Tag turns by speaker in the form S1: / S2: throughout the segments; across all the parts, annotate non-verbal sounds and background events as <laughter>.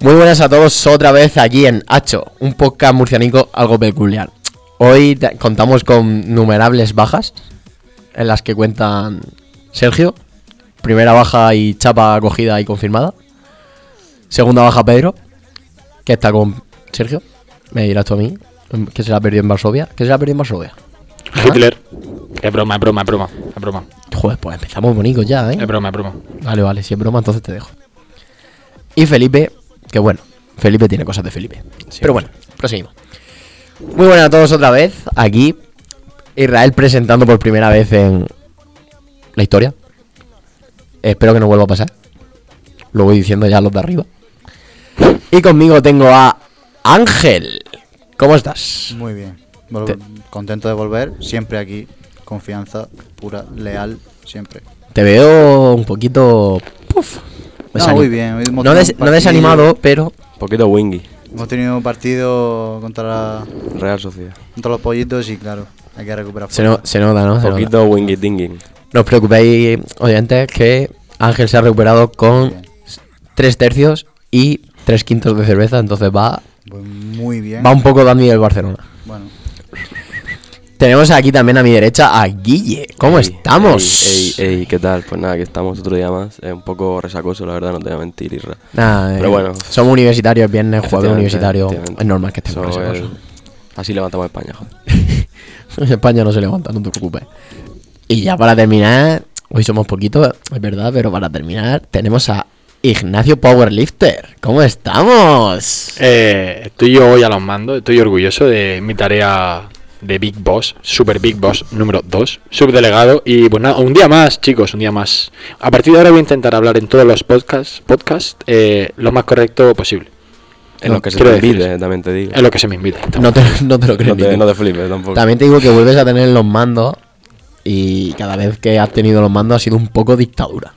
S1: Muy buenas a todos, otra vez aquí en Hacho, un podcast murcianico algo peculiar. Hoy te- contamos con numerables bajas, en las que cuentan Sergio, primera baja y chapa acogida y confirmada, segunda baja Pedro, que está con Sergio, me dirás tú a mí, que se la perdió en Varsovia, que se la perdió en Varsovia.
S2: Hitler. Es broma, es broma, es broma. Es broma,
S1: Joder, pues empezamos bonitos ya, ¿eh?
S2: es broma, es broma.
S1: Vale, vale, si es broma, entonces te dejo. Y Felipe, que bueno, Felipe tiene cosas de Felipe. Pero bueno, proseguimos. Muy buenas a todos otra vez, aquí. Israel presentando por primera vez en la historia. Espero que no vuelva a pasar. Lo voy diciendo ya a los de arriba. Y conmigo tengo a Ángel. ¿Cómo estás?
S3: Muy bien. Vol-
S1: Te-
S3: Contento de volver. Siempre aquí. Confianza pura, leal, siempre.
S1: Te veo un poquito... Puf,
S3: No, muy bien. hoy hemos
S1: No,
S3: tenido
S1: des-
S3: un
S1: no
S3: partido-
S1: desanimado, pero...
S4: Poquito wingy,
S3: Hemos tenido un partido contra,
S4: Real Sociedad.
S3: contra los pollitos y claro, hay que recuperar.
S1: Se, no-
S3: fuerza.
S1: se nota, ¿no? Se nota.
S4: Poquito wingy dinging.
S1: No os preocupéis, oyentes, que Ángel se ha recuperado con
S3: Bien.
S1: tres tercios y tres quintos de cerveza, entonces va,
S3: Pues muy bien.
S1: va un poco Dani del Barcelona.
S3: Bueno,
S1: Tenemos aquí también a mi derecha a Guille. ¿Cómo
S4: Ey,
S1: estamos?
S4: Ey, ey, ey, ¿qué tal? Pues nada, que estamos otro día más. Es un poco resacoso, la verdad, no te voy a mentir, Irra.
S1: Nada,
S4: Pero
S1: eh,
S4: bueno.
S1: Somos universitarios, es viernes, jugador
S4: Efectivamente,
S1: universitario.
S4: efectivamente.
S1: Es normal que estemos
S4: Eso
S1: con esa
S4: es- Así levantamos España, joder.
S1: <laughs> cosa. España no se levanta, no te preocupes. Y ya para terminar, hoy somos poquitos, es verdad, pero para terminar tenemos a Ignacio Powerlifter. ¿Cómo estamos?
S2: Eh, estoy yo hoy a los mandos, estoy orgulloso de mi tarea de Big Boss, Super Big Boss número 2, subdelegado. Y pues nada, un día más, chicos, un día más. A partir de ahora voy a intentar hablar en todos los podcasts, podcast, eh, lo más correcto posible,
S4: En
S1: No,
S4: lo que se
S2: quiero
S4: te
S2: decir
S4: invite,
S2: eso.
S4: también te digo.
S2: en lo que se me invite.
S1: No te, no te lo creo
S4: No
S1: ni
S4: te,
S1: tú.
S4: no te flipes tampoco.
S1: También te digo que vuelves a tener los mandos y cada vez que has tenido los mandos ha sido un poco dictadura.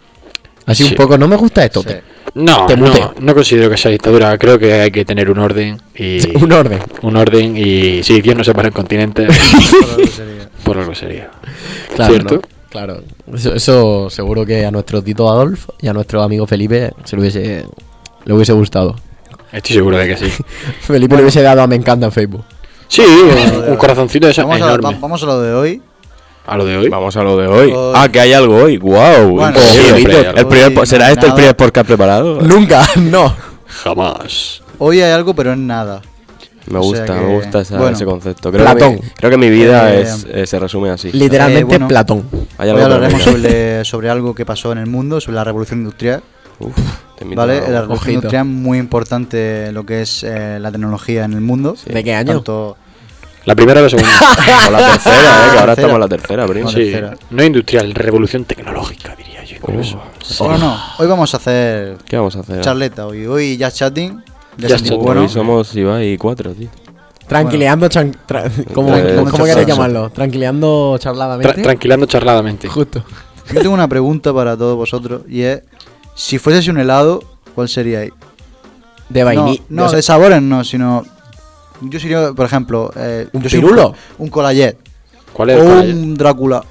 S1: Ha sido
S2: Sí.
S1: un poco, no me gusta esto.
S3: sí.
S1: te-
S2: No,
S1: Te muteo.
S2: no, no considero que sea dictadura, creo que hay que tener un orden y...
S1: <laughs> Un orden.
S2: Un orden y si Dios no separa el continente,
S1: <laughs>
S3: solo eso sería.
S2: por algo sería.
S1: Claro,
S2: ¿Cierto?
S1: ¿no? claro. Eso, eso seguro que a nuestro Tito Adolf y a nuestro amigo Felipe se le hubiese, le hubiese gustado. <laughs>
S2: Estoy seguro de que sí.
S1: Felipe le hubiese dado a me encanta en Facebook.
S2: Sí, un, un corazoncito de eso
S3: Vamos, a,
S2: enorme.
S3: va- vamos a lo de hoy.
S2: A lo de hoy.
S4: Vamos a lo de hoy.
S3: Hoy.
S4: Ah, que hay algo hoy. ¡Guau!
S3: Bueno,
S4: increíble,
S2: siempre
S4: Víctor.
S2: hay algo.
S4: El primer po-
S3: Hoy no
S4: ¿Será
S3: hay
S4: este el
S3: nada.
S4: primer podcast preparado?
S1: Nunca, <laughs> no.
S2: Jamás.
S3: Hoy hay algo, pero es nada.
S4: Me
S3: O
S4: gusta,
S3: sea
S4: me
S3: que-
S4: gusta esa-
S3: bueno.
S4: ese concepto. Creo
S1: Platón.
S4: Que mi, creo que mi vida
S3: Eh,
S4: es, eh, se resume así.
S1: Literalmente
S3: Eh, bueno.
S1: Platón.
S3: hoy
S4: Hay algo para
S3: hablaremos
S4: mirar.
S3: sobre, sobre algo que pasó en el mundo, sobre la revolución industrial.
S4: Uf, te invito
S3: Vale,
S4: a-
S3: la revolución
S1: Ojito.
S3: industrial muy importante lo que es eh, la tecnología en el mundo.
S1: ¿De qué año?
S3: Tanto-
S2: La primera o la segunda.
S4: O la <laughs> tercera, eh, que ahora
S3: Tercera.
S4: estamos en la tercera, primo.
S3: Vale.
S2: sí.
S3: tercera.
S2: No industrial, revolución tecnológica, diría yo. incluso.
S3: Bueno, no, hoy vamos a hacer
S4: ¿Qué vamos a hacer?
S3: charleta hoy. Hoy ya chatting. Ya
S2: Just
S3: chatting,
S2: chatting.
S3: bueno.
S4: Hoy somos Ibai y cuatro, tío.
S1: Tranquileando, chan- tra-
S3: Eh,
S1: ¿cómo,
S4: Tranquilando
S1: ¿cómo queréis
S4: charladamente.
S1: llamarlo? Tranquileando charladamente.
S2: Tra- tranquilando charladamente.
S1: Justo.
S3: Yo tengo una pregunta para todos vosotros y es: si fueses un helado, ¿cuál sería?
S1: De
S3: No,
S1: vainilla.
S3: no de sabores no, sino. Yo sería, por ejemplo, eh,
S1: ¿Un
S3: yo soy
S1: pirulo?
S3: co- Un colayet.
S2: ¿Cuál es?
S3: O
S2: ¿Cuál es?
S3: un Drácula.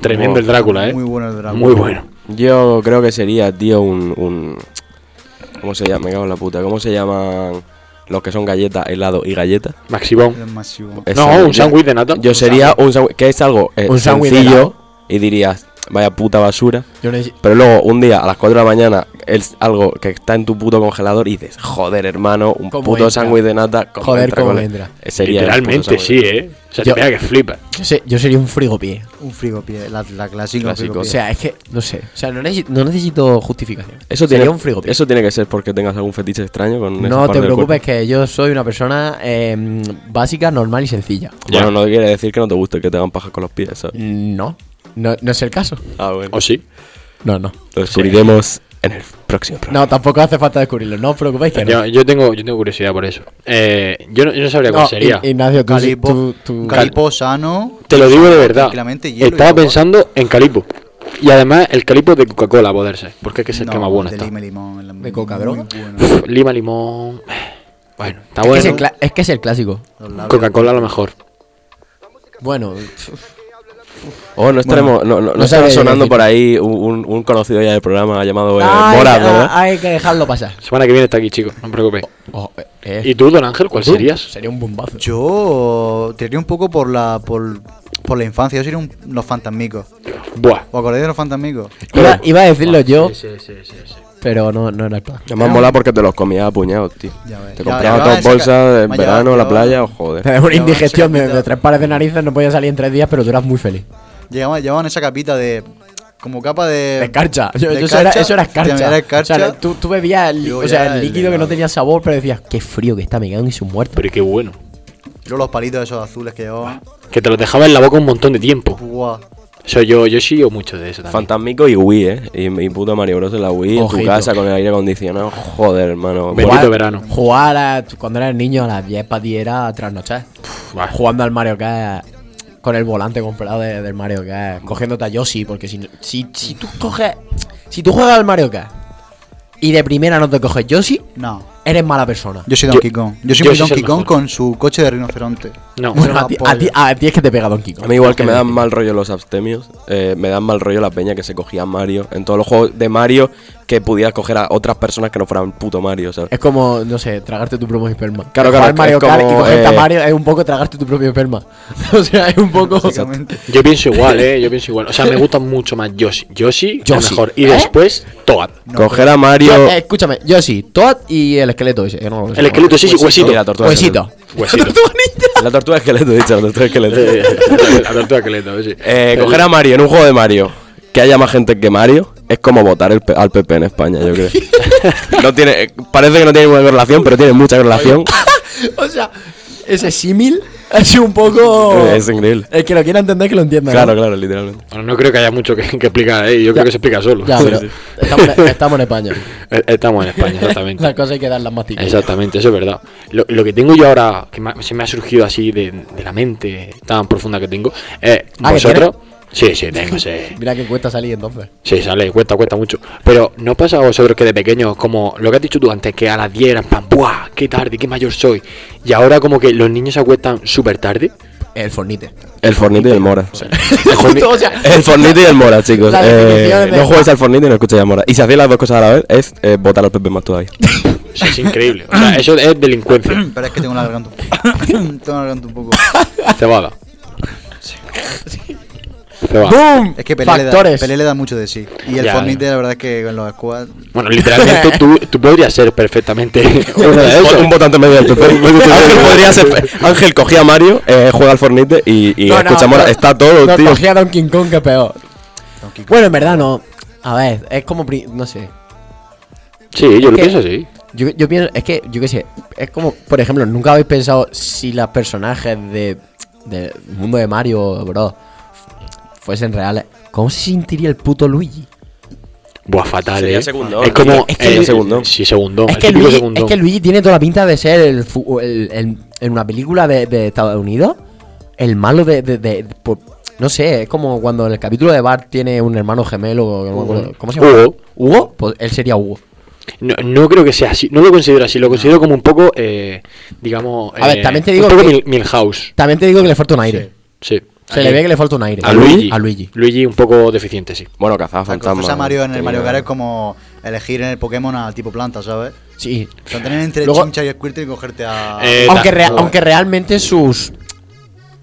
S2: Tremendo
S4: Wow.
S2: el Drácula, ¿eh?
S3: Muy bueno el Drácula.
S2: Muy bueno.
S4: Yo creo que sería, tío, un, un... ¿Cómo se llama? Me cago en la puta. ¿Cómo se llaman los que son galletas, helado y galleta?
S2: Maximón.
S3: Es masivo.
S4: Esa
S2: No, un
S4: mierda.
S2: sándwich de nata.
S4: Yo sería un sándwich, que es algo eh,
S1: Un sándwich de
S4: sencillo
S1: helado.
S4: y dirías, vaya puta basura.
S1: Yo ne-
S4: Pero luego un día a las 4 de la mañana es algo que está en tu puto congelador y dices, joder hermano, un
S1: ¿Cómo
S4: puto
S1: entra?
S4: sándwich de nata. ¿cómo
S1: Joder,
S4: entra
S1: ¿cómo
S4: con-
S1: entra?
S4: Eh, Sería el puto
S2: Literalmente,
S4: sándwich.
S2: sí, ¿eh? O sea,
S1: Yo-
S2: te pega que flipa.
S1: yo, sé- yo sería un frigopié.
S3: Un frigopié, la, la clásica. un
S4: Clásico.
S1: O
S3: frigopié.
S1: sea, es que, no sé. O sea, no, necesi- no necesito justificación.
S4: Eso
S1: Sería
S4: tiene,
S1: un frigopié.
S4: eso tiene que ser porque tengas algún fetiche extraño con esa
S1: no
S4: parte
S1: te
S4: del
S1: preocupes,
S4: cuerpo.
S1: que yo soy una persona eh, básica, normal y sencilla.
S4: Bueno, no quiere decir que no te guste que te hagan pajas con los pies, ¿sabes?
S1: No, no, no es el caso.
S4: Ah, bueno.
S2: ¿O sí?
S1: No, no.
S4: Lo descubriremos en el próximo programa.
S1: No, tampoco hace falta descubrirlo. No os preocupéis que no.
S2: Yo, yo tengo, yo tengo curiosidad por eso. Eh, yo, no, yo no sabría cuál
S1: No,
S2: sería.
S1: I- Ignacio, tú,
S3: Calipo,
S1: tú- tú-
S3: un calipo sano.
S2: Te lo digo de verdad.
S3: Tranquilamente, hielo y
S2: Estaba
S3: sabor.
S2: pensando en calipo. Y además el calipo de Coca-Cola a poder ser. Porque es que es el que más bueno
S3: de
S2: está.
S3: lima y limón, la-
S1: ¿De coca,
S3: muy
S1: droga?
S3: bueno.
S2: Pff, Lima, limón. Bueno, está
S1: es, que es el
S2: bueno.
S1: cla- es que es el clásico.
S3: Los labios.
S2: Coca-Cola a lo mejor.
S1: Bueno,
S4: Oh, no estaremos, no, no, no
S1: no
S4: estará
S1: sabía yo
S4: sonando
S1: decir.
S4: por ahí un, un- un conocido ya del programa llamado eh,
S1: Ay,
S4: Borat,
S1: ah,
S4: ¿verdad?
S1: Hay que dejarlo pasar.
S2: Semana que viene está aquí, chicos, no os preocupéis.
S1: Oh, eh, eh.
S2: ¿Y tú, don Ángel, cuál
S1: ¿Tú?
S2: serías?
S1: Sería un bombazo.
S3: Yo tiraría un poco por la por, por la infancia. Yo sería un, los fantasmicos.
S2: Buah.
S3: ¿Os acordáis de los fantasmicos?
S1: Iba, iba a decirlo yo,
S2: Sí, sí, sí, sí.
S1: pero no, no era el plan.
S4: Además mola porque te los comías a puñados, tío.
S3: Ya ves.
S4: Te
S3: Ya,
S4: comprabas
S3: ya
S4: dos
S3: ves, saca-
S4: bolsas en
S3: me ha
S4: verano,
S3: llevado-
S4: la playa, oh, joder.
S1: Una
S3: Ya,
S1: indigestión de,
S3: chiquita.
S1: de tres pares de narices, no podía salir en tres días, pero tú eras muy feliz.
S3: Llegaban, llevaban esa capita de. Como capa de.
S1: De escarcha. Yo-
S3: de
S1: yo eso, era,
S3: escarcha.
S1: eso era escarcha.
S3: Era escarcha.
S1: O sea, tú, tú bebías el,
S3: Yo
S1: o sea,
S3: ya
S1: el
S3: el
S1: líquido que no
S3: helado.
S1: tenía sabor, pero decías, qué frío que está, me cago en sus muertos.
S2: Pero qué bueno.
S3: Y luego los palitos esos azules que llevaban.
S2: Que te los dejaba en la boca un montón de tiempo.
S3: Buah.
S2: Eso yo, yo sí o mucho de eso también.
S4: Fantasmico y Wii, ¿eh? Y, y puto Mario Bros. en la Wii, en
S1: Ojito.
S4: tu casa con el aire acondicionado. Joder, hermano.
S2: Bendito
S4: Buah,
S2: verano.
S1: Jugar a- cuando eras niño a las 10 para ti era trasnochar.
S2: Buah.
S1: Jugando al Mario Kart con el volante comprado de- del Mario Kart. Cogiéndote a Yoshi, porque si, no- si, si tú coges. Si tú juegas al Mario Kart y de primera no te coges Yoshi,
S3: No.
S1: eres mala persona.
S3: Yo soy
S2: Yo-
S3: Donkey Kong. Yo soy
S2: yo
S3: muy
S2: soy el
S3: Donkey Kong
S2: mejor.
S3: con su coche de rinoceronte.
S2: No,
S1: Bueno,
S3: Era
S1: a ti,
S3: una
S1: a ti- a ti es que te pega Don Kiko.
S4: A mí igual que me dan mal rollo los abstemios, eh, me dan mal rollo la peña que se cogía a Mario. En todos los juegos de Mario que pudieras coger a otras personas que no fueran puto Mario, ¿sabes?
S1: Es como, no sé, tragarte tu propio esperma.
S4: Claro,
S1: Jugar
S4: claro,
S1: al Mario
S4: es como,
S1: Kart y cogerte a
S4: eh,
S1: Mario es un poco tragarte tu propio esperma. <laughs> o sea, es un poco.
S3: Básicamente.
S2: yo pienso igual, ¿eh? Yo pienso igual. O sea, me gusta mucho más Yoshi. Yoshi,
S1: Yoshi.
S2: es mejor. Y
S1: ¿Eh?
S2: después, Toad.
S4: coger a
S1: Yo,
S4: Mario.
S1: eh, escúchame, Yoshi, Toad y el esqueleto ese. que no lo sé.
S2: El esqueleto, sí, sí, huesito.
S4: Y la
S1: <laughs>
S4: tortuga.
S1: Huesito.
S2: Huesito.
S1: La tortuga ninja.
S4: La tortuga esqueleto, he dicho, la tortuga
S1: <laughs>
S2: Eh, <laughs>
S4: esqueleto.
S2: La tortuga esqueleto, sí.
S4: Eh,
S2: Pero-
S4: coger a Mario en un juego de Mario que haya más gente que Mario es como votar el pe- al PP en España, yo
S1: <laughs>
S4: creo. no tiene, eh, parece que no tiene ninguna correlación, pero tiene mucha correlación.
S1: o sea, ese símil ha sido un poco.
S4: es increíble.
S1: El que lo quiera entender que lo entienda.
S4: Claro,
S1: ¿no?
S4: claro, literalmente.
S2: Bueno, no creo que haya mucho que, que explicar, ¿eh? Yo creo que se explica solo.
S1: Ya, pero
S2: Sí, sí.
S1: estamos, en- estamos en España.
S2: <laughs> Eh, Estamos en España, exactamente.
S1: Las cosas hay que darlas más tiquitas.
S2: Exactamente, eso es verdad. Lo, lo que tengo yo ahora, que me ha- se me ha surgido así de, de la mente tan profunda que tengo, eh,
S1: Ah, ¿que
S2: vosotros... Sí, sí, tengo, sí.
S1: Mira que cuesta salir entonces.
S2: Sí, sale, cuesta, cuesta mucho. Pero ¿no os pasa a vosotros que de pequeños, como lo que has dicho tú antes, que a las 10 eran pan, ¡buah! ¡Qué tarde, qué mayor soy! Y ahora como que los niños se acuestan súper
S1: <laughs>
S2: tarde.
S1: El fornite.
S4: El Fornite y el Mora.
S1: Justo, o sea,
S4: El Fornite y el Mora, chicos.
S1: La
S4: Eh,
S1: definición de-
S4: no juegues al Fornite y no escuches al Mora. Y si hacéis las dos cosas a la vez, es eh, votar al PP
S1: <laughs>
S4: más todavía.
S2: O sea, es increíble. O sea, eso es delincuencia.
S3: Pero es que tengo la garganta un poco. tengo la garganta un poco.
S2: Cebada. Cebada.
S1: ¡Boom!
S3: Es que Pelé le, da,
S1: Factores.
S3: Pelé le da mucho de sí. Y el
S2: Ya,
S3: Fortnite,
S2: ya.
S3: la verdad es que en los squads.
S2: Bueno,
S1: <laughs>
S2: literalmente tú, tú podrías ser perfectamente uno de esos.
S4: Un votante medio
S1: <laughs>
S4: del PP. Ángel, podría ser- Ángel cogía a Mario, eh, juega al Fornite y, y
S1: No, no,
S4: escucha a Mora.
S1: no,
S4: Está todo,
S1: no,
S4: tío.
S1: cogí a Donkey Kong, que es peor.
S3: Donkey Kong.
S1: Bueno, en verdad no. A ver, es como. pri- No sé.
S2: Sí, yo lo
S1: que-
S2: pienso así.
S1: Yo, yo pienso. Es que, yo qué sé. Es como, por ejemplo, nunca habéis pensado si los personajes de. del mundo de Mario, bro. Fuesen reales. ¿Cómo se sentiría el puto Luigi?
S2: Buah, fatal,
S4: Sería
S2: eh.
S4: segundón.
S2: Es como.
S1: Es que Luigi-
S4: segundón.
S2: Sí, segundón.
S1: Es
S2: el
S1: que,
S2: típico
S1: Luigi,
S2: segundón.
S1: es que Luigi tiene toda la pinta de ser el, fu- el- el- en una película de, de Estados Unidos. El malo de. de- de- por- no sé, es como cuando en el capítulo de Bart tiene un hermano gemelo. que no me acuerdo- ¿Cómo se llama?
S2: Hugo.
S1: ¿Hugo? Pues él sería Hugo.
S2: No, no creo que sea así. No lo considero así. Lo considero como un poco, eh, digamos.
S1: A ver,
S2: eh,
S1: también te digo
S2: Un poco
S1: que-
S2: Mil- Milhouse.
S1: También te digo que le falta un aire.
S2: Sí.
S1: Se le ve que le falta un aire.
S2: A Luigi.
S1: A Luigi.
S2: Luigi un poco deficiente, sí.
S4: Bueno, cazaba
S3: O sea,
S4: fantasmas.
S3: cosa Mario en el
S4: Tenía-
S3: Mario Kart es como elegir en el Pokémon al tipo planta, ¿sabes?
S1: Sí.
S3: O sea, tener entre
S1: Luego-
S3: Chincha y Squirtle y cogerte a.
S2: Eh,
S1: Aunque, rea-
S2: no,
S1: aunque realmente sus.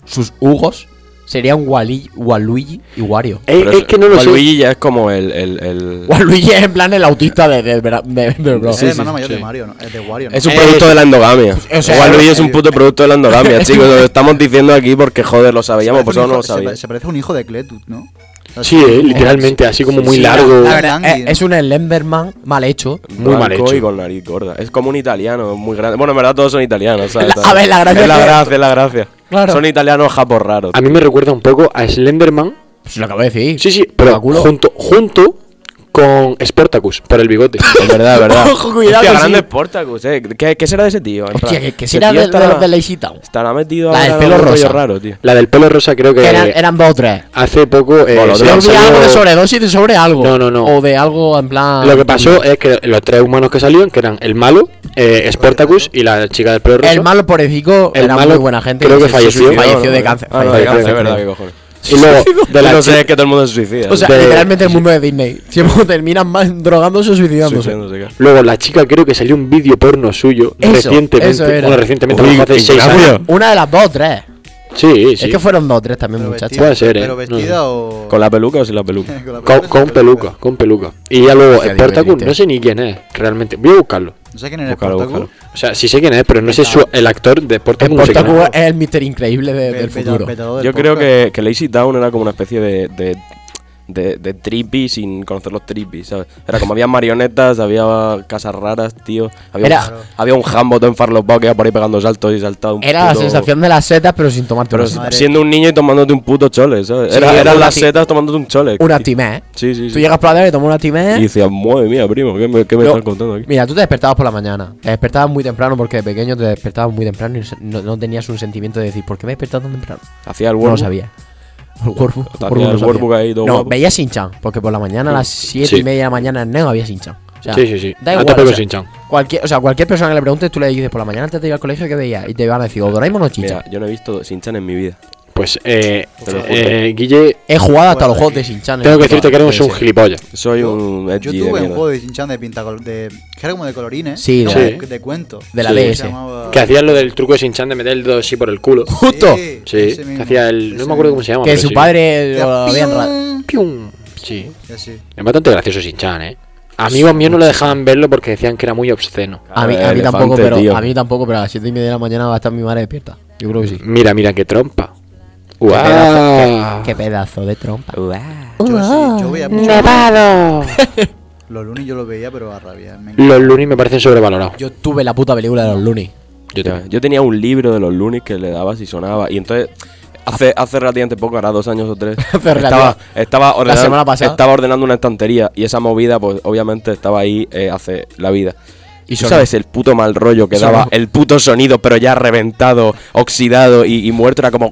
S1: Sus Hugos serían Wali- Waluigi y Wario.
S2: Eh,
S4: Pero
S2: es
S4: eso-
S2: que no lo
S4: Juan
S2: sé.
S4: Luigi ya es como el. el, el-
S1: Waluigi es en plan el autista de, de, de- de- de- bro.
S3: es
S4: sí,
S3: el
S4: sí,
S3: hermano mayor de
S2: sí.
S3: Mario, ¿no? Es de Wario, ¿no?
S4: Es un
S2: Eh,
S4: producto de la endogamia.
S1: pues, o sea,
S4: Juan Luigi es un
S3: eh,
S4: puto producto de
S1: <laughs>
S4: la endogamia, chicos. Lo estamos diciendo aquí porque, joder, lo sabíamos,
S3: Se parece
S4: pues
S3: un
S4: eso no
S3: hijo-
S4: lo
S3: se, pa-
S4: sabíamos.
S3: se parece a un hijo de Cletus, ¿no? O sea,
S2: Sí,
S3: es
S2: eh,
S3: como-
S2: literalmente, así como muy
S4: sí, la-
S2: largo.
S1: La verdad,
S3: Langui,
S1: es,
S3: ¿no?
S1: es un Slenderman mal hecho.
S2: Muy mal
S4: Blanco
S2: hecho.
S4: Y con nariz gorda. Es como un italiano, muy grande. Bueno, en verdad todos son italianos, ¿sabes?
S1: La- <laughs> a ver, la gracia
S4: Es la
S1: es que-
S4: gracia, es la gracia.
S1: Claro.
S4: Son italianos japos raros.
S2: A mí me recuerda un poco a Slenderman.
S1: Pues lo acabo de decir.
S2: Sí, sí, pero
S1: Culo.
S2: junto, junto con Sportacus, por el <laughs> bigote.
S4: Es verdad, <laughs> es verdad.
S1: Ojo, cuidado,
S4: Hostia,
S1: sí.
S4: grande Sportacus, ¿eh? ¿Qué, qué será de ese tío? En
S1: Hostia,
S4: plan,
S1: que, que
S4: ese
S1: será
S4: tío
S1: de, de
S4: estará-
S1: los de Lazy Town.
S4: Estará metido
S1: La del
S4: ahora en
S1: pelo
S4: un rollo
S1: rosa.
S4: raro, tío.
S2: La del pelo rosa creo que
S1: Eran, eran dos o tres.
S2: hace poco... eh,
S4: Bueno,
S2: se
S4: de
S1: Yo
S4: la-
S2: han
S1: vi algo de
S2: salido-
S1: sobredosis de sobre algo.
S2: No, no, no.
S1: O de algo en plan.
S2: Lo que pasó es que los tres humanos que salieron, que eran el malo, eh, Sportacus y la chica del pelo rosa...
S1: El malo pobrecito
S2: El
S1: era
S2: malo
S1: muy buena gente.
S2: creo
S1: no
S2: que
S1: sé si
S2: falleció.
S1: Falleció
S4: No,
S1: de
S4: no,
S1: cáncer.
S4: Ah, no,
S1: falleció
S4: de cáncer,
S2: de
S4: es verdad,
S2: cáncer.
S4: qué cojones.
S1: <laughs>
S2: Y luego, de la
S4: no
S2: chi-
S4: sé, es que todo el mundo se suicida.
S1: O sea,
S2: Ah, De-
S1: literalmente el mundo de Disney. <laughs> Siempre terminan más drogándose o suicidándose.
S4: suicidándose, claro.
S2: luego, la chica creo que salió un vídeo porno suyo
S1: Eso,
S2: recientemente.
S1: eso era.
S2: Bueno, recientemente,
S4: Uy,
S2: a lo mejor hace
S4: qué
S2: seis
S4: grave.
S2: años.
S1: Una de las dos, tres.
S2: Sí, sí.
S1: Es que fueron dos, tres también,
S3: Pero
S1: muchachos.
S3: vestida-
S2: Puede ser, ¿eh?
S3: ¿Pero vestida o.?
S4: ¿Con la peluca o sin la peluca?
S3: <laughs> con la
S2: Con, con peluca, con peluca. Y ya luego,
S1: Qué
S2: Sportacus,
S1: divertite.
S2: no sé ni quién es realmente. Voy a buscarlo.
S3: No sé quién era el
S4: Búscalo,
S3: Portacu.
S4: búscalo.
S2: O sea, sí sé quién es, pero no sé su, el actor de Sportacus. no sé quién
S1: Portacu
S2: es.
S1: es el mister increíble de-
S3: Pe-
S1: del
S3: peta-
S1: futuro.
S3: petador del
S4: Yo creo
S3: podcast.
S4: que, que Lazy Down era como una especie de, de, de, de trippy sin conocer los trippies, ¿sabes? Era como había marionetas, había casas raras, tío. Había,
S1: Era-
S4: un, había un jambo todo en Farlopa que iba por ahí pegando saltos y saltaba un
S1: Era la
S4: puto-
S1: sensación de las setas, pero sin tomarte
S4: Pero
S1: una seta.
S3: Madre.
S4: siendo un niño y tomándote un puto chole, ¿sabes?
S1: Sí,
S4: Era-
S1: era
S4: eran
S1: una
S4: las
S1: ti-
S4: setas tomándote un chole.
S1: Una ¿eh?
S4: Y-
S1: timé.
S4: Sí, sí, sí.
S1: Tú llegas por la tarde y tomas una timé.
S4: Y decías, madre mía, primo, ¿qué me, qué me
S1: No,
S4: estás contando aquí?
S1: Mira, tú te despertabas por la mañana. Te despertabas muy temprano porque de pequeño te despertabas muy temprano y no, no tenías un sentimiento de decir, ¿por qué me he despertado tan temprano?
S4: Hacía el
S1: No lo
S4: worm.
S1: sabía. El Warbook,
S4: Hacía el Warbook ahí todo
S1: No,
S4: guapo.
S1: veía Sinchan, porque por la mañana a las 7
S2: Sí.
S1: y media de la mañana en Neo había Sinchan. O sea,
S2: Sí, sí, sí.
S1: Da
S2: A
S1: igual,
S2: tope
S1: o
S2: con
S1: sea,
S2: Shin-chan.
S1: Cualquier, o sea, cualquier persona que le preguntes, tú le dices por la mañana antes de ir al colegio que veía y te van a decir, o Doraemon o Sinchan.
S4: Mira, yo no he visto Sinchan en mi vida.
S2: Pues, eh,
S4: Te lo juro.
S2: eh, Guille,
S1: He jugado hasta los juegos de Sinchan.
S2: tengo que decirte que eres un gilipollas.
S4: Soy
S3: Yo-
S4: un edgy
S3: Yo
S4: de
S3: tuve un
S4: mierda.
S3: juego de Shinchan de pinta de que era como de colorines.
S1: Sí,
S3: ¿no?
S2: de-
S3: de, de cuento.
S1: de la
S3: Sí,
S1: DS.
S3: se llamaba-
S2: Que hacías lo del truco de Sinchan de meter el dedo así por el culo.
S1: Justo.
S3: Ah. Sí,
S2: Sí,
S3: ese
S2: que
S3: mismo,
S2: hacía el. No
S3: ese
S2: me acuerdo
S3: mismo.
S2: cómo se llama.
S1: Que
S2: pero
S1: su
S2: sí.
S1: padre
S3: Hacía
S1: lo había enra-
S3: pium,
S2: Pium. Sí.
S3: y así.
S2: Es bastante gracioso Sinchan, eh. Amigos míos no lo dejaban verlo porque decían que era muy obsceno.
S1: A mí, a mí
S4: Elefante,
S1: tampoco, pero
S4: tío.
S1: a mí tampoco, pero a las 7 y media de la mañana va a estar mi madre despierta. Yo creo que sí.
S2: Mira, mira, qué trompa.
S1: Qué
S2: ¡Guau!
S1: pedazo- Qué, qué pedazo de trompa.
S3: Yo sí, yo veía mucho.
S2: ¡Nevado!
S3: Los lunes yo los veía, pero a rabia. me encantaba.
S2: Los lunes me parecen sobrevalorados.
S1: Yo tuve la puta película de los Looney.
S2: Yo
S4: Ya,
S2: también.
S4: Yo tenía un libro de los lunes que le dabas y sonaba. Y entonces, hace, hace relativamente poco, ahora dos años
S1: <laughs>
S4: o tres, estaba,
S1: relativamente-
S4: estaba, ordenando,
S1: semana pasada.
S4: estaba ordenando una estantería. Y esa movida, pues obviamente estaba ahí eh, hace la vida.
S1: Y
S4: ¿Y
S1: sonó.
S4: sabes el puto mal rollo que daba?
S1: Sonó.
S4: El puto sonido, pero ya reventado, oxidado y, y muerto.
S1: <laughs>
S4: Era como.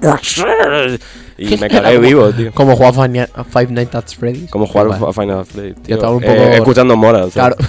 S4: Y me cagué vivo, tío.
S1: Como jugar Five Ni- a Five Nights at Freddy's.
S4: Como jugar
S1: Vale.
S4: a Final Fantasy. tío.
S1: estaba un
S4: Eh,
S1: poco-
S4: escuchando Mora. o sea.
S1: Claro. <laughs>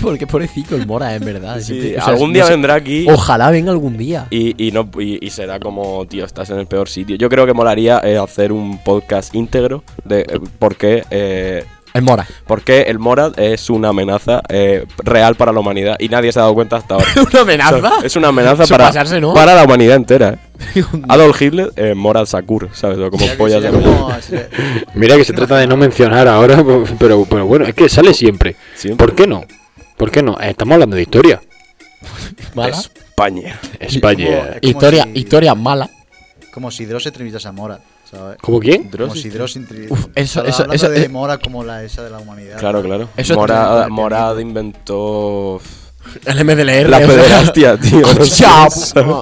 S1: Porque pobrecito el Mora, en verdad.
S4: Sí,
S1: Siempre- o sea,
S4: algún
S1: no
S4: día
S1: sé-
S4: vendrá aquí.
S1: Ojalá venga algún día.
S4: Y, y no, y, y será como, tío, estás en el peor sitio. Yo creo que molaría eh, hacer un podcast íntegro de eh, por qué, eh,
S1: El Mora.
S4: por qué el Morad es una amenaza eh, real para la humanidad y nadie se ha dado cuenta
S1: <laughs>
S4: hasta ahora.
S1: ¿Una
S4: O sea, <laughs> es una amenaza
S1: Eso
S4: para,
S1: pasarse, ¿no?
S4: para la
S1: <laughs>
S4: humanidad entera. eh. Adolf Hitler, eh, Morad Sakur, ¿sabes? O como
S3: Sería-
S4: pollas.
S3: sería
S4: de-
S3: como- sería-
S2: Mira que se trata de no mencionar ahora, <laughs> pero, pero bueno, es que sale siempre.
S4: Siempre.
S2: ¿Por qué no? ¿Por qué no? Estamos hablando de historia.
S1: Mala.
S4: España.
S2: España.
S3: Es como
S1: Historia,
S3: si-
S1: historia mala.
S3: Como si Dross se entrevistase a Mora, ¿sabes?
S2: ¿Cómo quién?
S3: Como si Dross entrevistase.
S1: Uf, eso-
S3: Estaba
S1: eso-
S3: hablando
S1: eso-
S3: de
S1: eh.
S3: Mora como la esa de la humanidad.
S4: Claro, claro.
S1: Eso es-
S4: Morad,
S3: Claro,
S4: Morad inventó
S1: El MDLR.
S4: la
S1: o sea, <laughs>
S4: pederastia, tío. no sé.
S1: Chao.
S4: <laughs> ¿Sabes?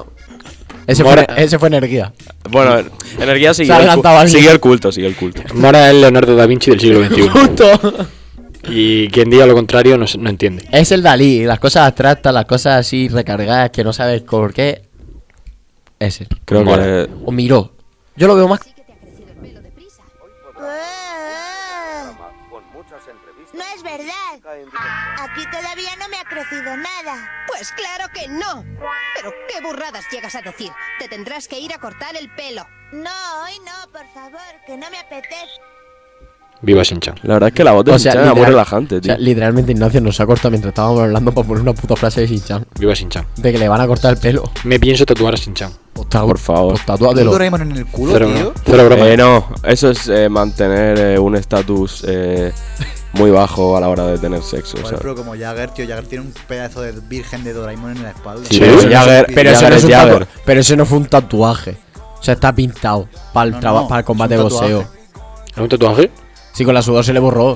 S1: Ese
S2: Mora.
S1: fue, ese fue energía.
S4: Bueno, energía siguió,
S1: Se ha
S4: el,
S1: adelantado
S4: cu-
S1: alguien.
S4: siguió el culto, siguió el culto.
S2: Mora es Leonardo da Vinci del siglo
S3: <laughs>
S1: <laughs>
S2: XXI.
S1: Justo.
S2: Y quien diga lo contrario no, se- no entiende.
S1: Es el Dalí. Las cosas abstractas, las cosas así recargadas que no sabes por qué. Ese.
S4: Creo
S2: Mola.
S4: que
S1: O Miró. Yo lo veo más.
S5: Ah, No es verdad. Aquí todavía no me ha crecido nada.
S6: Pues claro que no. Pero qué burradas llegas a decir. Te tendrás que ir a cortar el pelo.
S5: No, hoy no, por favor, que no me apetece.
S2: Viva Sinchan.
S4: la verdad es que la voz de Sinchan era muy
S1: literal-
S4: relajante,
S1: o sea,
S4: tío.
S1: literalmente Ignacio nos ha cortado mientras estábamos hablando para poner una puta frase de Sinchan.
S2: Viva Sinchan.
S1: De que le van a cortar el pelo.
S2: Me pienso tatuar a Sinchan.
S1: Hostia,
S4: Por favor.
S1: Pues
S3: ¿Un
S1: tatúatelo.
S3: Doraemon en el culo,
S2: Cero,
S3: tío?
S2: cero broma.
S4: Eh, no, eso es eh, mantener eh, un estatus eh, muy bajo a la hora de tener sexo.
S3: Joder,
S4: ¿sabes?
S3: pero como Jagger, tío, Jagger tiene un pedazo de virgen de Doraemon en la espalda.
S4: Sí,
S2: pero
S3: Eso
S2: eso
S3: no
S4: Jagger-
S3: se
S1: Pero,
S4: pero
S3: pide.
S1: eso
S4: Jagger
S1: no
S4: es
S1: es un tatu-
S4: Jagger.
S1: pero eso no fue un tatuaje. O sea, está pintado para el,
S3: No,
S1: traba-
S3: no,
S1: para el combate de
S3: es un tatuaje.
S1: boxeo.
S2: ¿Es un tatuaje?
S1: Sí, con la sudor se le borró.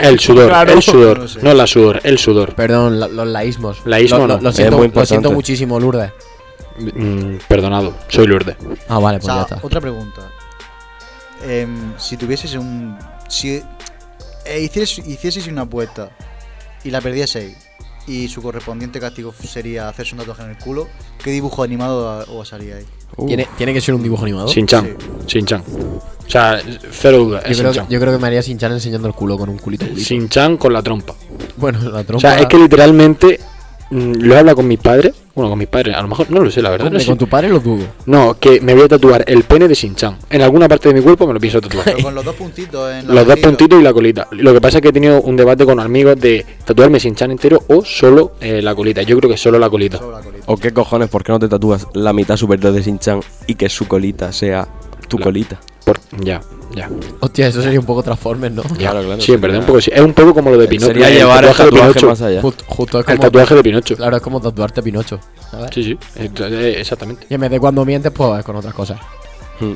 S2: El sudor,
S1: Claro.
S2: el sudor.
S3: No sé.
S2: No la sudor, el sudor.
S1: Perdón, lo- los laísmos.
S2: Laísmo
S1: Lo- lo,
S2: no.
S1: lo
S4: Es
S1: siento,
S4: muy
S1: lo siento
S4: importante.
S1: muchísimo, Lourdes.
S2: Mm, perdonado, soy Lourdes.
S1: Ah, vale,
S3: O
S1: pues ya
S3: sea,
S1: está.
S3: otra pregunta. Em, si tuvieses un. Si eh, hicieses, hicieseis una apuesta y la perdieseis y su correspondiente castigo sería hacerse un tatuaje en el culo, ¿qué dibujo animado os haríais?
S1: ¿Tiene, tiene que ser un dibujo animado.
S2: Sinchan, Sinchan. O sea, cero duda,
S1: Yo
S2: es
S1: creo, que,
S2: Sinchan.
S1: yo creo que me haría Sinchan enseñando el culo con un culito. culito.
S2: Sinchan con la trompa.
S1: Bueno, la trompa.
S2: O sea, es que literalmente mm, lo he hablado con mis padres Bueno, con mis padres, a lo mejor, no lo sé, la verdad. No,
S1: Hombre,
S2: sé.
S1: con tu padre lo dudo.
S2: No, que me voy a tatuar el pene de Shinchan. En alguna parte de mi cuerpo me lo pienso
S4: <laughs>
S2: tatuar.
S3: Pero con los dos puntitos en
S2: Los
S3: la
S2: dos
S3: barriga.
S2: puntitos y la colita. Lo que pasa es que he tenido un debate con amigos de tatuarme Shinchan entero o solo eh, la colita. Yo creo que solo la colita.
S3: Solo la colita.
S4: ¿O qué cojones? ¿Por qué no te tatúas la mitad superior de Shinchan y que su colita sea tu
S2: La-
S4: colita?
S2: Por- ya, ya.
S1: Hostia, eso sería un poco Transformers, ¿no?
S2: ya.
S4: Claro, claro,
S2: sí, en verdad,
S4: sería-
S2: un poco sí. Es un poco como lo de Pinocho.
S4: Sería
S2: el
S4: llevar el
S2: tatuaje de
S4: tatuaje
S2: Pinocho.
S4: más allá.
S1: Justo, justo es
S2: El
S1: como.
S2: tatuaje de Pinocho.
S1: Claro, es como tatuarte a Pinocho. ¿sabes?
S2: Sí, sí, entonces, exactamente.
S1: Y en vez de cuando mientes, pues vas con otras cosas. Lo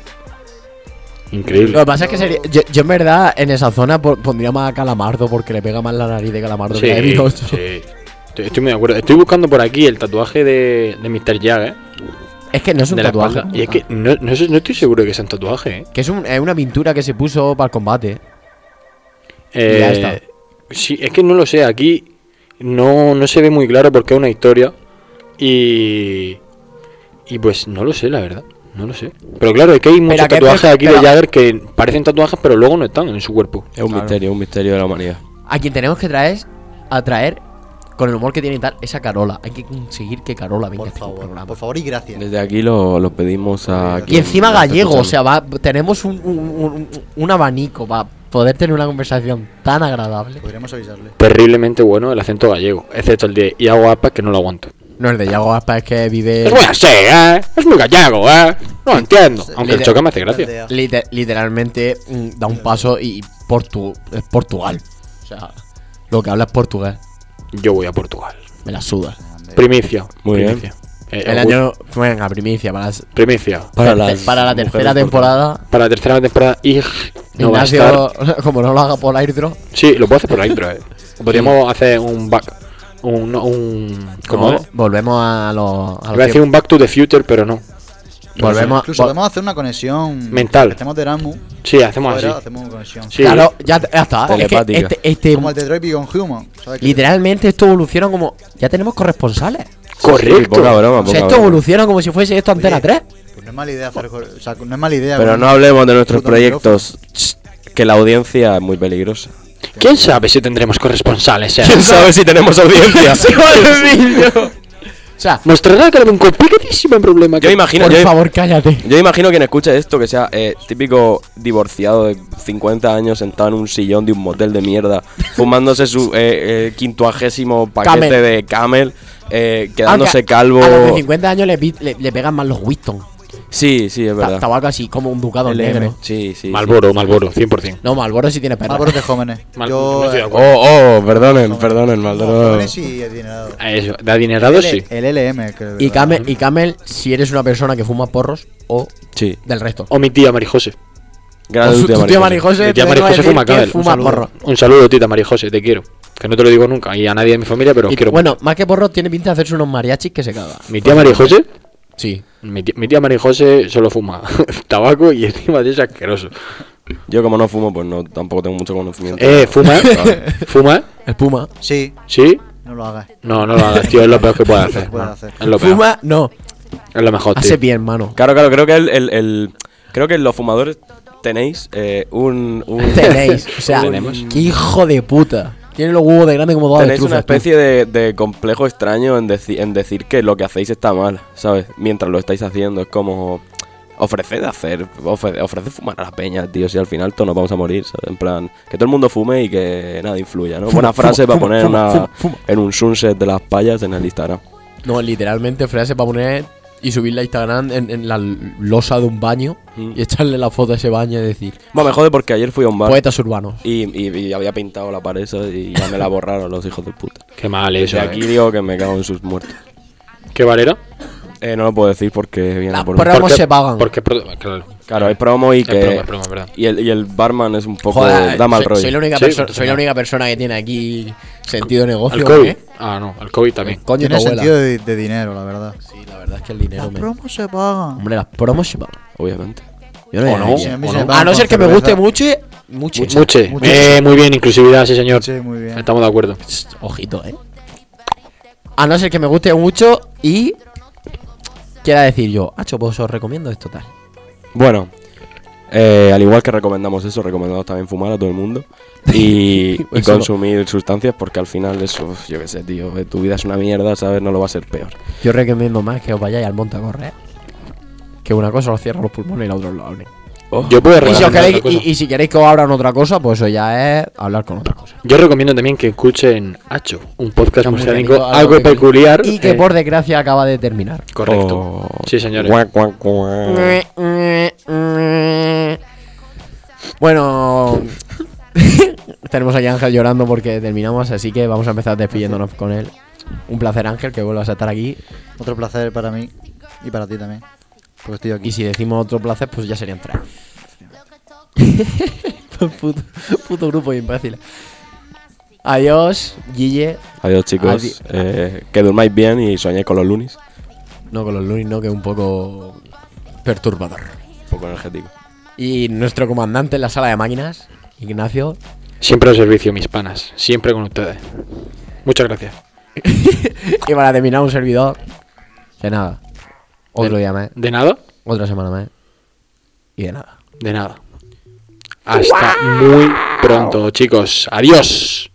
S2: Increíble.
S1: que pasa es que sería. Yo, yo en verdad, en esa zona po- pondría más a Calamardo porque le pega más la nariz de Calamardo
S2: Sí,
S1: que la de Pinocho.
S2: sí. Estoy, estoy muy de acuerdo. Estoy buscando por aquí el tatuaje de, de Mr. Jag, ¿eh?
S1: Es que no es un
S2: de la
S1: tatuaje. ah.
S2: espalda. Y es que no, no, sé- no estoy seguro de que sea un tatuaje, ¿eh?
S1: Que es, un- es una pintura que se puso para el combate.
S2: Eh,
S1: Ya está.
S2: Sí, es que no lo sé. Aquí no, no se ve muy claro porque es una historia. Y. Y pues no lo sé, la verdad. No lo sé. Pero claro, es que hay muchos
S1: que-
S2: tatuajes aquí de
S1: pero-
S2: Jagger que parecen tatuajes, pero luego no están en su cuerpo.
S4: Es un misterio, un misterio de la humanidad.
S1: A quien tenemos que traer es a traer, con el humor que tiene y tal, esa Carola. Hay que conseguir que Carola venga a
S3: Por
S1: este programa.
S3: favor, por favor y gracias.
S4: Desde aquí lo, lo pedimos a...
S1: Y
S4: quien
S1: encima
S4: nos esté
S1: gallego, o sea,
S4: escuchando.
S1: va, tenemos un, un- un- un abanico para poder tener una conversación tan agradable.
S3: Podríamos avisarle.
S2: Terriblemente bueno el acento gallego. Excepto el de Iago Aspas, que no lo aguanto.
S1: No, el de Yago Aspa es que vive
S2: Es muy así, ¿eh? Es muy gallego, ¿eh? No lo entiendo. Aunque el
S1: Lider-
S2: choque me hace gracia.
S3: Aldea.
S1: lite- literalmente, mm, da un paso y Portu es Portugal. O sea, lo que habla es portugués.
S2: Yo voy a Portugal.
S1: Me la suda.
S2: Primicia.
S4: Muy bien.
S2: primicia. Eh,
S1: El
S2: eh,
S1: año, venga, primicia, para, las-
S2: Primicia.
S4: Para
S1: ter-
S4: las
S1: para la
S4: mujeres
S1: tercera
S4: por-
S1: temporada,
S2: Para la tercera temporada, y no va a
S1: Ignacio,
S2: estar.
S1: <laughs> como no lo haga por airdrop,
S2: Sí, lo puedo hacer por la
S1: <laughs>
S2: intro, eh. Podríamos hacer un back. Un. no, un ¿Cómo?
S1: no,
S2: es?
S1: volvemos a los. a los
S2: Iba a decir
S1: tiempos.
S2: un back to the future, pero no.
S1: Volvemos
S3: Incluso
S1: vol-
S3: podemos hacer una conexión
S2: Mental.
S3: Que Estemos de Ramu.
S2: Sí, hacemos
S3: Ahora
S2: así.
S3: hacemos una conexión.
S2: Sí.
S1: Claro, ya, ya está. Es que
S4: Telepática.
S1: este, este-
S3: Como el de Detroit Become Human. ¿sabes? Que-
S1: literalmente esto evoluciona como. Ya tenemos corresponsales.
S4: Sí, poca
S2: Correcto.
S4: broma,
S1: O sea,
S4: poca
S1: esto
S4: broma.
S1: evoluciona como si fuese esto Antena
S3: Oye,
S1: 3.
S3: Pues no es mala idea hacer. O sea, no es mala idea.
S4: Pero
S3: con-
S4: no hablemos de nuestros
S3: Puto
S4: proyectos, Ch, que la audiencia es muy peligrosa.
S2: ¿Quién sabe si tendremos corresponsales? eh?
S4: <laughs> sabe si tenemos audiencia?
S1: <laughs> O sea,
S2: Mostrará que era un complicadísimo problema.
S4: yo
S2: que-
S4: imagino,
S1: por
S4: yo,
S1: favor, cállate.
S4: yo imagino quien escucha esto que sea eh, típico divorciado de 50 años sentado en un sillón de un motel
S1: <laughs>
S4: de mierda, fumándose su eh, eh, quincuagésimo paquete
S1: Camel.
S4: de camel, eh, quedándose
S1: Aunque a-
S4: calvo.
S1: A los de 50 años le, pi- le- le pegan más los Winston.
S4: Sí, sí, es verdad.
S1: Tabaco así, como un ducado
S4: El M.
S1: negro.
S4: Sí, sí. sí.
S2: Malboro, Malboro, 100%.
S1: No, Malboro sí tiene perra.
S3: Malboro de jóvenes.
S2: Mal- no
S3: Yo.
S2: estoy de
S3: eh,
S2: acuerdo.
S4: Oh, oh, perdonen, perdonen,
S3: no,
S4: Malboro.
S3: jóvenes y adinerados.
S2: A Ah, Eso, de adinerado sí.
S3: El LM, creo.
S1: Y Camel, y Camel, si eres una persona que fuma porros o
S4: Sí.
S1: del resto.
S2: O mi tía Marijose.
S4: Gran
S1: O su-
S4: última
S1: tu tía
S4: mariposa.
S1: Marijose
S2: Mi
S1: te
S2: tía
S1: va a
S2: Marijose
S1: decir
S2: fuma
S1: que
S2: Camel. Un
S1: fuma
S2: saludo.
S1: porros.
S2: Un saludo, tita Marijose, te quiero. Que no te lo digo nunca. Y a nadie de mi familia, pero
S1: Y-
S2: quiero.
S1: Bueno, más que porros, tiene pinta de hacerse unos mariachis que se caga.
S2: Mi tía Marijose.
S1: Sí.
S2: Mi tía, mi tía Marijose solo fuma <laughs> tabaco y encima de eso
S1: <laughs>
S2: es asqueroso.
S4: Yo como no fumo, pues no, tampoco tengo mucho conocimiento.
S2: Eh, ¿fuma?
S4: Claro.
S2: ¿Fuma?
S1: El Puma.
S3: Sí,
S2: ¿Sí?
S3: no lo hagas.
S2: No, no lo hagas, tío, es lo peor que
S1: <laughs>
S2: puedes hacer.
S3: No puedes
S2: no.
S3: hacer.
S2: Es lo peor.
S1: Fuma, no.
S2: Es lo mejor,
S1: Hace
S2: tío.
S1: bien, mano.
S4: Claro, claro, creo que el, el- el- creo que los fumadores tenéis eh, un, un-
S1: <laughs> Tenéis, o sea,
S2: Tenemos.
S1: qué hijo de puta. Tiene los huevos de grande como dos
S4: tenéis una
S1: trufas, tú.
S4: especie de, de complejo extraño en, deci- en decir que lo que hacéis está mal, ¿sabes? Mientras lo estáis haciendo, es como ofreced hacer, ofre- ofreced fumar a la peña, tío, si al final todos nos vamos a morir, ¿sabes? En plan, que todo el mundo fume y que nada influya, ¿no?
S1: <laughs> Fuma,
S4: Buena frase
S1: fuma,
S4: para
S1: fuma,
S4: poner en
S1: fuma,
S4: una-
S1: fuma, fuma.
S4: en un sunset de las payas en el Instagram.
S1: No, literalmente frase para poner y subirla a Instagram en, en la losa de un baño
S4: Mm.
S1: y echarle la foto a ese baño y decir
S4: Bueno, me jode porque ayer fui a un bar
S1: poetas urbanos.
S4: y, y- y había pintado la pared ¿sabes? y ya me la borraron los hijos de puta.
S2: Qué mal eso.
S4: Desde
S2: eh.
S4: aquí digo que me cago en sus muertos.
S2: ¿Qué valera?
S4: Eh, no lo puedo decir porque viene
S1: Las
S4: por
S1: pruebas-
S4: mí.
S1: Promos se pagan.
S2: Porque, pro- claro.
S4: Claro, hay promo y
S2: Es
S4: que.
S2: promo, es promo, es verdad.
S4: y, el, y el barman es un poco.
S1: Joder,
S4: da mal
S1: soy,
S4: rollo.
S1: soy la única
S2: Sí,
S1: perso-
S2: pues,
S1: soy la única persona que tiene aquí sentido de
S2: ¿Al
S1: negocio.
S2: COVID?
S1: ¿eh?
S2: Ah, no, al COVID también.
S1: Coño, tu
S3: Tiene
S1: abuela.
S3: sentido de, de dinero, la verdad.
S1: Sí, la verdad es que el dinero me...
S3: ¿Cómo se paga?
S1: Hombre, las promos se pagan.
S4: Obviamente.
S1: Yo no
S2: O
S1: voy a
S2: no,
S1: decir
S3: Sí,
S1: que-
S3: a mí
S2: o
S3: se
S2: no.
S3: paga
S1: A no
S3: con
S1: ser que me
S3: cerveza.
S1: guste mucho, mucho.
S2: Muche.
S3: Muche.
S2: Eh, muy bien, inclusividad, sí, señor.
S3: Sí, muy bien.
S2: Estamos de acuerdo.
S1: Psst, Ojito, eh. A no ser que me guste mucho y quiera decir yo, Acho, pues os recomiendo esto tal.
S4: Bueno. Eh, al igual que recomendamos eso, recomendamos también fumar a todo el mundo y, y
S1: Eso no.
S4: consumir sustancias porque al final eso, uf, yo qué sé, tío, eh, tu vida es una mierda, ¿sabes? No lo va a ser peor.
S1: Yo recomiendo más que os vayáis al monte a correr. Que una cosa os cierra los pulmones y la otra os lo abren.
S2: Yo
S1: Y si,
S2: puedo
S1: os
S2: recomendar
S1: queréis,
S2: otra cosa.
S1: y- y si queréis que os abran otra cosa, pues eso ya es hablar con otra cosa.
S2: Yo recomiendo también que escuchen Hacho, un podcast
S1: Está muy
S2: murciánico
S1: rico, algo
S2: algo
S1: que-
S2: peculiar.
S1: Y que
S2: eh,
S1: por desgracia acaba de terminar.
S2: Correcto.
S4: Oh.
S2: Sí, señores.
S4: Guac, guac, guac.
S1: Bueno, <laughs> tenemos aquí a Ángel llorando porque terminamos, así que vamos a empezar despidiéndonos con él. Un placer, Ángel, que vuelvas a estar aquí.
S3: Otro placer para mí y para ti también. Porque estoy aquí.
S1: Y si decimos otro placer, pues ya serían tres. puto, puto grupo imbécil. Adiós, Guille.
S4: Adiós chicos,
S1: Adi-
S4: Eh, que durmáis bien y soñéis con los lunis.
S1: No, con los lunes, no, que es un poco perturbador.
S4: Un poco energético.
S1: Y nuestro comandante en la sala de máquinas, Ignacio.
S2: Siempre al servicio, mis panas. Siempre con ustedes. Muchas gracias.
S1: Y para terminar, un servidor. De nada. Otro día más.
S2: ¿De nada?
S1: Otra semana más. Y de nada.
S2: De nada. Hasta muy pronto, chicos. Adiós.